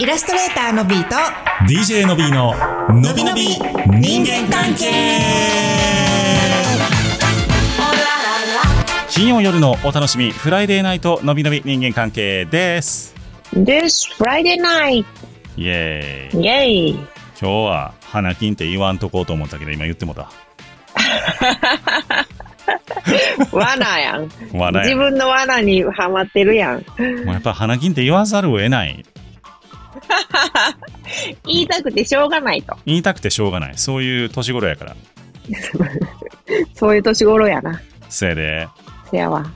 イラストレーターのビーと DJ のびーののびのび人間関係金曜夜のお楽しみフライデーナイトのびのび人間関係です This Friday night! イエーイイェ イ今日は花金って言わんとこうと思ったけど今言ってもた罠やん。罠自や分の罠にはまってるやん。もうやっぱ花金って言わざるを得ない 言いたくてしょうがないと。言いたくてしょうがないそういう年頃やからそういう年頃やな。せいでせやわ。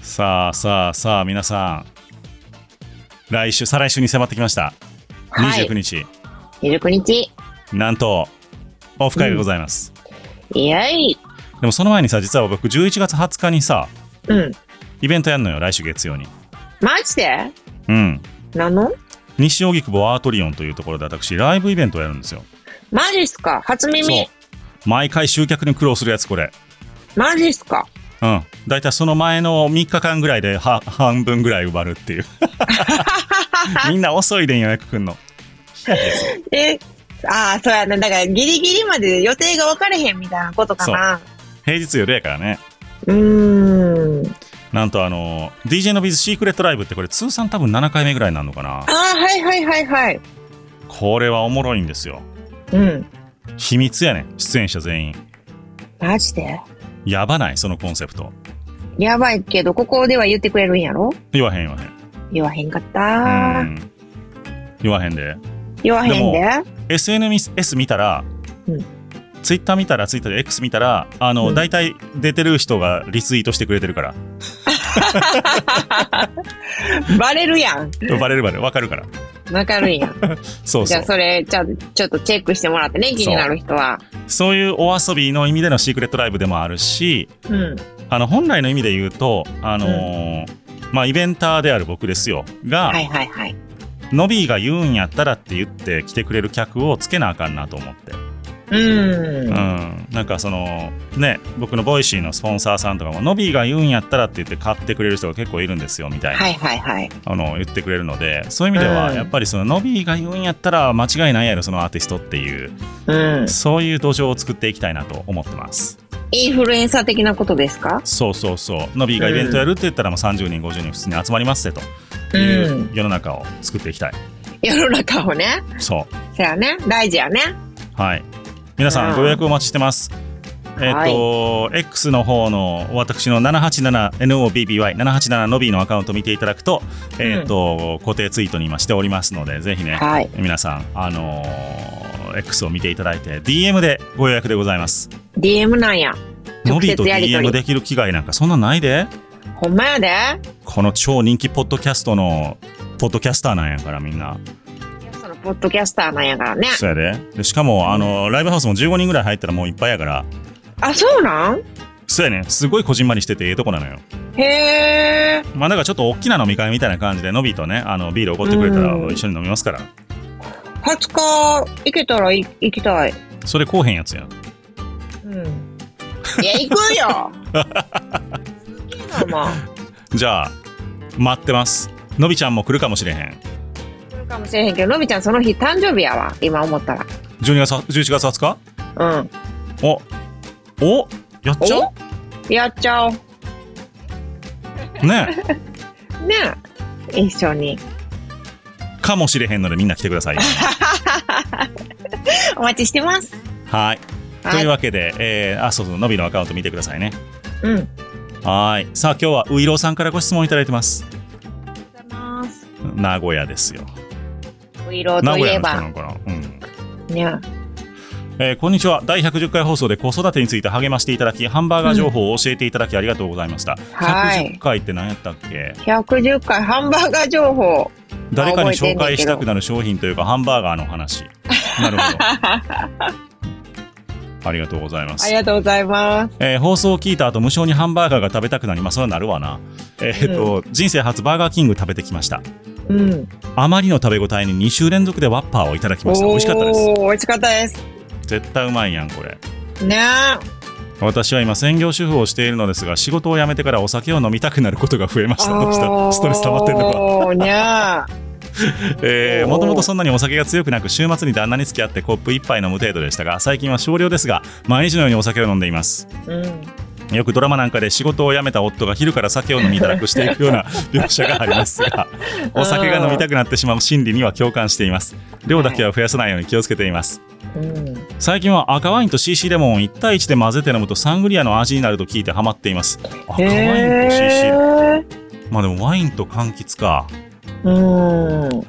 さあさあさあ皆さん来週再来週に迫ってきましたはい29日、 29日。なんとオフ会がございます、イェイでもその前にさ、実は僕11月20日にさ、うん。イベントやんのよ、来週月曜に。マジでうん。なの西荻窪アートリオンというところで私、ライブイベントをやるんですよ。マジっすか初そう耳。。毎回集客に苦労するやつ、これ。マジっすかうん。だいたいその前の3日間ぐらいでは半分ぐらい埋まるっていう。みんな遅いでん予約くんの。え、ああ、そうやな。だからギリギリまで予定が分かれへんみたいなことかな。平日夜やからね。ううーん。なんとあの、DJ のビズシークレットライブってこれ通算多分7回目ぐらいになるのかなあ。あ、はいはいはいはい。これはおもろいんですよ。うん。秘密やねん、出演者全員。マジでやばない、そのコンセプト。やばいけど、ここでは言ってくれるんやろ言わへん言わへん。言わへんかったうん言わへんで言わへんでで SNS 見たら、うんツイッター見たらツイッターで X 見たらあの、うん大体出てる人がリツイートしてくれてるからバレるやん。バレるバレるわかるからわかるんやん。そうじそゃあうそれ、じゃあちょっとチェックしてもらってね、気になる人は。そういうお遊びの意味でのシークレットライブでもあるしうん。あの本来の意味で言うとあのーまあイベンターである僕ですよが、はいはいはい。ノビーが言うんやったらって言って来てくれる客をつけなあかんなと思ってうーん。うん、なんかそのね僕のボイシーのスポンサーさんとかも「ノビーが言うんやったら」って言って買ってくれる人が結構いるんですよみたいな、はいはいはい。あの言ってくれるのでそういう意味では、うんやっぱりそのノビーが言うんやったら間違いないやろそのアーティストっていううん。そういう土壌を作っていきたいなと思ってますインフルエンサー的なことですかそうそうそうノビーがイベントやるって言ったらもう30人50人普通に集まりますってといううん世の中を作っていきたい世の中をね。そうそやね。大事やね。はい。皆さうんんご予約お待ちしてます。えっ、と、X の方の私の 787NOBBY787 のびのアカウント見ていただくと、えっ、と、固定ツイートに今しておりますので、ぜひね、はい。皆さん、あのー X を見ていただいて、DM でご予約でございます。 DM なんや。の直びと接やり取 DM りできる機会なんかそんなないで、ほんまやで。この超人気ポッドキャストの、ポッドキャスターなんやからみんな。そのポッドキャスターなんやからね。そうやで。でしかも、あの、ライブハウスも15人ぐらい入ったらもういっぱいやから、あ、そうなんそうやね。すごいこじんまりしててええとこなのよ。へえ。まあだからちょっと大きな飲み会みたいな感じで、のびとね、あのビールおごってくれたらうん一緒に飲みますから。 20日行けたらい行きたい。それこうへんやつやん。うん。いや、行くよすげえな、もう。じゃあ、待ってます。のびちゃんも来るかもしれへん。来るかもしれへんけど、のびちゃんその日誕生日やわ、今思った12月、11月20日ら。うん。お、お、やっちゃおやっちゃおう。うねねえ一緒に。かもしれへんのでみんな来てく ださい。お待ちしてます。はい。はいというわけで、えー、あ、そうそう、のびのアカウント見てくださいね。うん。ありはーい。さあ今日はういろうさんからご質問いただいてます。がとうございます。名古屋ですよ。お色名とい古え屋の人ばな、のかなうん。ねえーこんにちは第110回放送で子育てについて励ましていただきハンバーガー情報を教えていただきありがとうございました、はい110回って何やったっけ110回ハンバーガー情報。誰かに覚えてんねんけ紹ど介したくなる商品というかハンバーガーの話なるほ どありがとうございまありす、がとうございます。えー放送を聞いた後無性にハンバーガーが食べたくなりますそれはなるわなえーっと、人生初バーガーキング食べてきましたうん。あまりの食べ応えに2週連続でワッパーをいただきました美味しかったですおー美味しかったです。絶対うまいやんこれね私は今専業主婦をしているのですが仕事を辞めてからお酒を飲みたくなることが増えましたどうしたストレス溜まってんのかおーねえーおーもともとそんなにお酒が強くなく週末に旦那に付き合ってコップ1杯飲む程度でしたが最近は少量ですが毎日のようにお酒を飲んでいますうん。よくドラマなんかで仕事を辞めた夫が昼から酒を飲み堕落していくような 描写がありますがお酒が飲みたくなってしまう心理には共感しています量だけは増やさないように気をつけていますうん。最近は赤ワインと CC レモンを1対1で混ぜて飲むとサングリアの味になると聞いてハマっています赤ワインと CC レモンへまあでもワインと柑橘かーうん。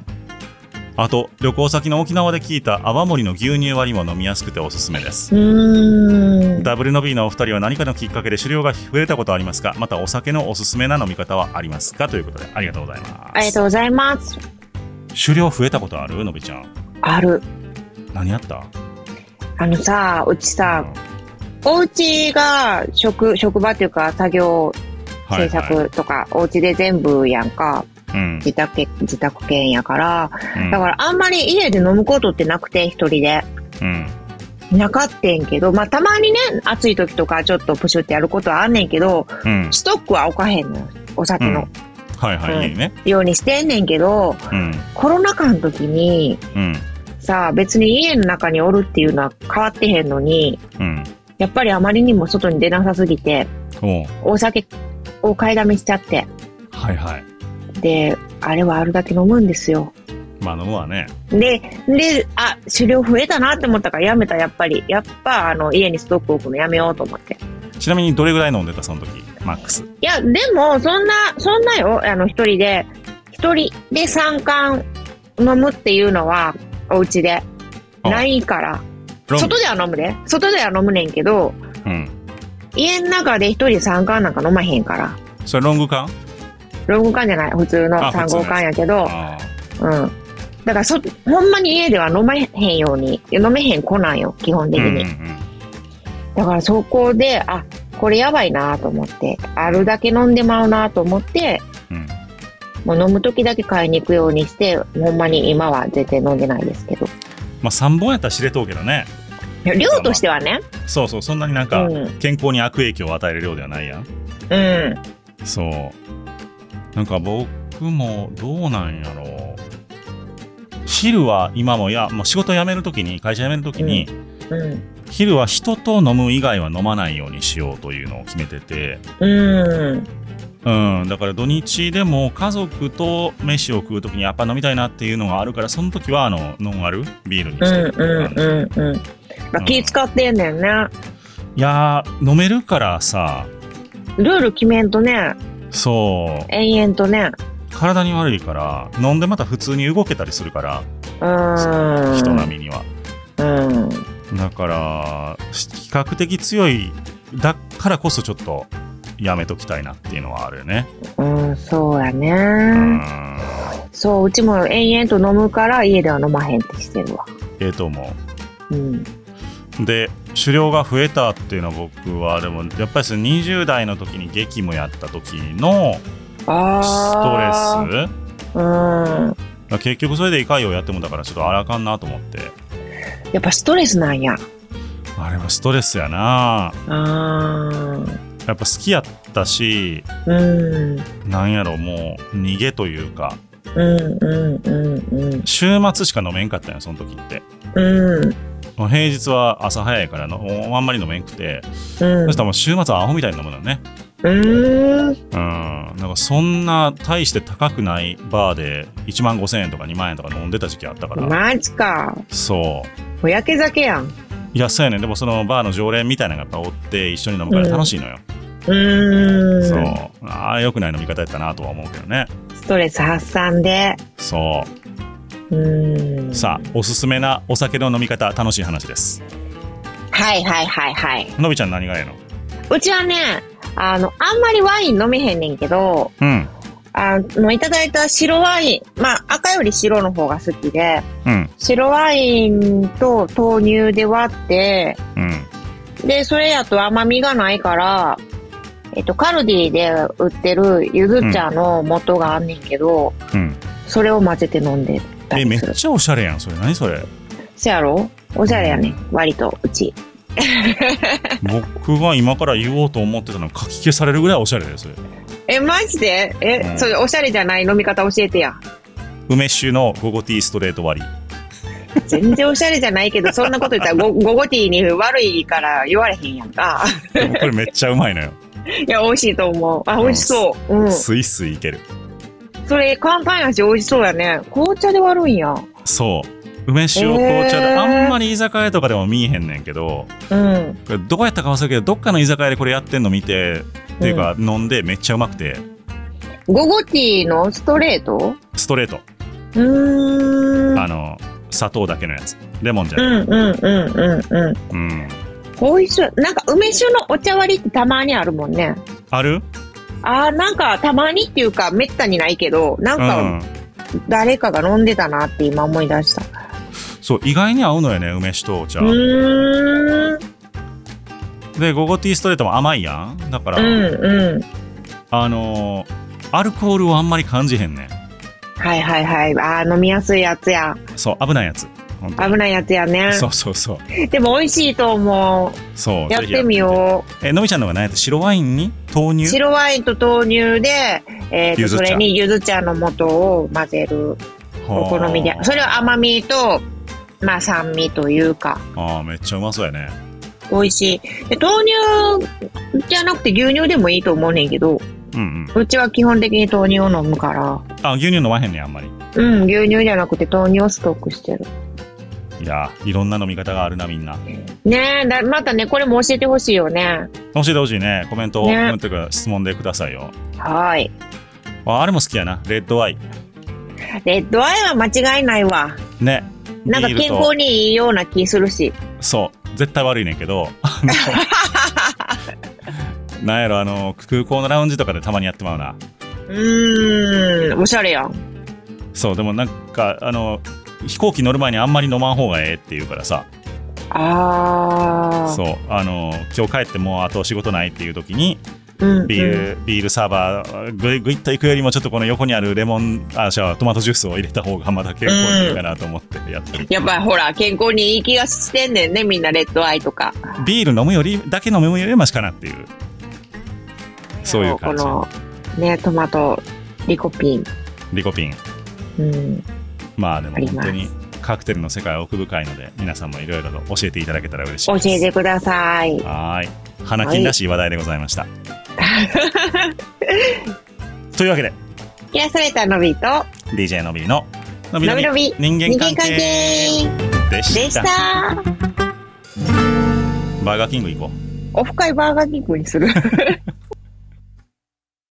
あと旅行先の沖縄で聞いた泡盛の牛乳割りも飲みやすくておすすめですうん。ダブルノビーのお二人は何かのきっかけで狩猟が増えたことはありますかまたお酒のおすすめな飲み方はありますかということでありがとうございますありがとうございます。狩猟増えたことあるのびちゃんある。何やったあのさ、うちさ、お家が職、職場っていうか作業、制作とか、お家で全部やんか、うん自宅、自宅兼やから、うんだからあんまり家で飲むことってなくて、一人で。うんなかってんけど、まあたまにね、暑い時とかちょっとプシュってやることはあんねんけど、うんストックは置かへんのよ。お酒のはいはうんいいいねようにしてんねんけど、うんコロナ禍の時に、うんさあ別に家の中におるっていうのは変わってへんのに、うんやっぱりあまりにも外に出なさすぎて、おうお酒を買いだめしちゃって。はいはいで、あれはあるだけ飲むんですよ。まあ飲むわねで、で、あ、狩猟増えたなって思ったからやめた、やっぱり。やっぱ、あの、家にストック置くのやめようと思って。ちなみにどれぐらい飲んでたその時マックスいや、でも、そんな、そんなよ、あの、一人で、一人で三缶飲むっていうのは、お家で。あないから。ロン外では飲むで。外では飲むねんけど、うん家の中で一人で三缶なんか飲まへんから。それロング缶ロング缶じゃない、普通のあ3普通の号やつ缶やけど、あうん。だからそ、ほんまに家では飲まへんように、飲めへん子なんよ、基本ー的うんに。うんうんだからそこで、あ、これやばいなと思って、あるだけ飲んでまうなと思って、うんもう飲む時だけ買いに行くようにして、ほんまに今は全然飲んでないですけど。まあ3本やったら知れとうけどねいや量としてはね、そうそうそんなになんうかん、うん。健康に悪影響を与える量ではないやんそうなんか僕もどうなんやろう昼は今もいやもう仕事辞めるときに会社辞めるときに、うん。昼は人と飲む以外は飲まないようにしようというのを決めててうん。うんだから土日でも家族と飯を食うときにやっぱ飲みたいなっていうのがあるからその時はあのノンアルビールにうん。してるうん。うん。うん。まあ、気使ってんねんね。いやー飲めるからさルール決めんとね、そう延々とね。体に悪いから飲んでまた普通に動けたりするからうーん。人並みには、うん。だからし比較的強いだからこそちょっとやめときたいなっていうのはあるよねうん、そうやね、うんそう、うちも延々と飲むから家では飲まへんってしてるわ。ええと思うん。うで狩猟が増えたっていうのは僕はでもやっぱりその20代の時に激務やった時のあスあ。トスレトレス。ス結局それで胃潰瘍やってもだからちょっとあらあかんなと思ってうん。やっぱストレスなんや。あれはストレスやなあやっぱ好きやったしーうん。なんやろもう逃げというかうんうんうんうん。週末しか飲めんかったんよその時ってうん。もう平日は朝早いからのおあんまり飲めんくて、うんそしたらもう週末はアホみたいに飲むのよねうーん。うんなんかそんな大して高くないバーで1万5000円とか2万円とか飲んでた時期あったからマジか。そうおやけ酒やん。ういやそうやねんでもそのバーの常連みたいなのがやっぱおって一緒に飲むから楽しいのよ、ーん。そうああよくない飲み方やったなとは思うけどねストレス発散で。そうーん。うさあおすすめなお酒の飲み方楽しい話ですはいはいはいはい。のびちゃん何がええのうちはね、あの、あんまりワイン飲めへんねんけど、うんあの、いただいた白ワイン、まあ、赤より白の方が好きで、うん白ワインと豆乳で割って、うんで、それやと甘みがないから、えっと、カルディで売ってるゆず茶の素があんねんけど、うんそれを混ぜて飲んでたえめりっする。ちゃおしゃれやんそれ何それせやろおしゃれやねん、割と、うち。僕は今から言おうと思ってたの書き消されるぐらいおしゃれですえ、マジでえ、うんそれおしゃれじゃない飲み方教えてや。梅酒のゴゴティーストレート割り全然おしゃれじゃないけど、そんなこと言ったらゴ、ゴゴティーに悪いから言われへんやん か。でもこれめっちゃうまいのよいや、美味しいと思う。あ、美味しそう。うん。スイスイいけるそれ、乾杯味美味しそうやね。紅茶で割るんや。そう梅酒を紅茶で、えーあんまり居酒屋とかでも見えへんねんけどうん。これどこやったか忘れるけどどっかの居酒屋でこれやってんの見てっていうか、飲んでめっちゃうまくてゴゴティーのストレートストレートうーん。あの砂糖だけのやつレモンじゃうない、んうんうんうんうん。うん、美味しそう。なんか梅酒のお茶割りってたまにあるもんね。あるあーなんかたまにっていうかめったにないけど、なんうんか誰かが飲んでたなって今思い出した。そう意外に合うのよね梅酒とお茶、うーん。でゴゴティーストレートも甘いやんだから、うんうん。あのーアルコールをあんまり感じへんねはいはいはい。あー飲みやすいやつや。そう危ないやつほんと危ないやつやね。そうそうそうでも美味しいと思そうう。やっぜひてみよえのみちゃんのが何やった白ワインに豆う。乳白ワインと豆乳で、えー柚と子そ茶れに柚子茶の素を混ぜるお好みでは。あそれは甘みと、まあ酸味というか、あーめっちゃうまそうやね美味しい。で豆乳じゃなくて牛乳でもいいと思うねんけど、うんうんうちは基本的に豆乳を飲むから、あ牛乳飲まへんねんあんまりうん、牛乳じゃなくて豆乳をストックしてる。いやーいろんな飲み方があるなみんなねえ、だまたね、これも教えてほしいよね。教えてほしいねコメントを、ねうんていうか質問でくださいよはい。ああれも好きやなレッドワインレッドアイは間違いないわ。ねなんかビール健と康にいいような気するし。そう絶対悪いねんけ どあのなんやろあの空港のラウンジとかでたまにやってまうなうーん、おしゃれやん。そうでもなんかあの飛行機乗る前にあんまり飲まん方がええって言うからさあそうあの今日帰ってもうあと仕事ないっていう時にー。うん、ビール、ビールサーバーぐいぐいっと行くよりもちょっとこの横にあるレモンあじゃあトマトジュースを入れた方がまだ健康にいいかなと思ってやってる、やっぱほら、健康にいい気がしてんねんね、みんな、レッドアイとか。ビール飲むよりだけ飲むよりマシかなっていうそういう感じこの、ね、トマト、リコピン。リコピンうん。まあでもあり本ます当にカクテルの世界は奥深いので皆さんもいろいろと教えていただけたら嬉しい教ですえてください。はーい花金らしい話題でござい ました、というわけでイラストレーターのびと、 DJ のびりののびのびのび、人間人間関関係係ででししたた。バーガーキング行こうオフ会バーガーキングにする。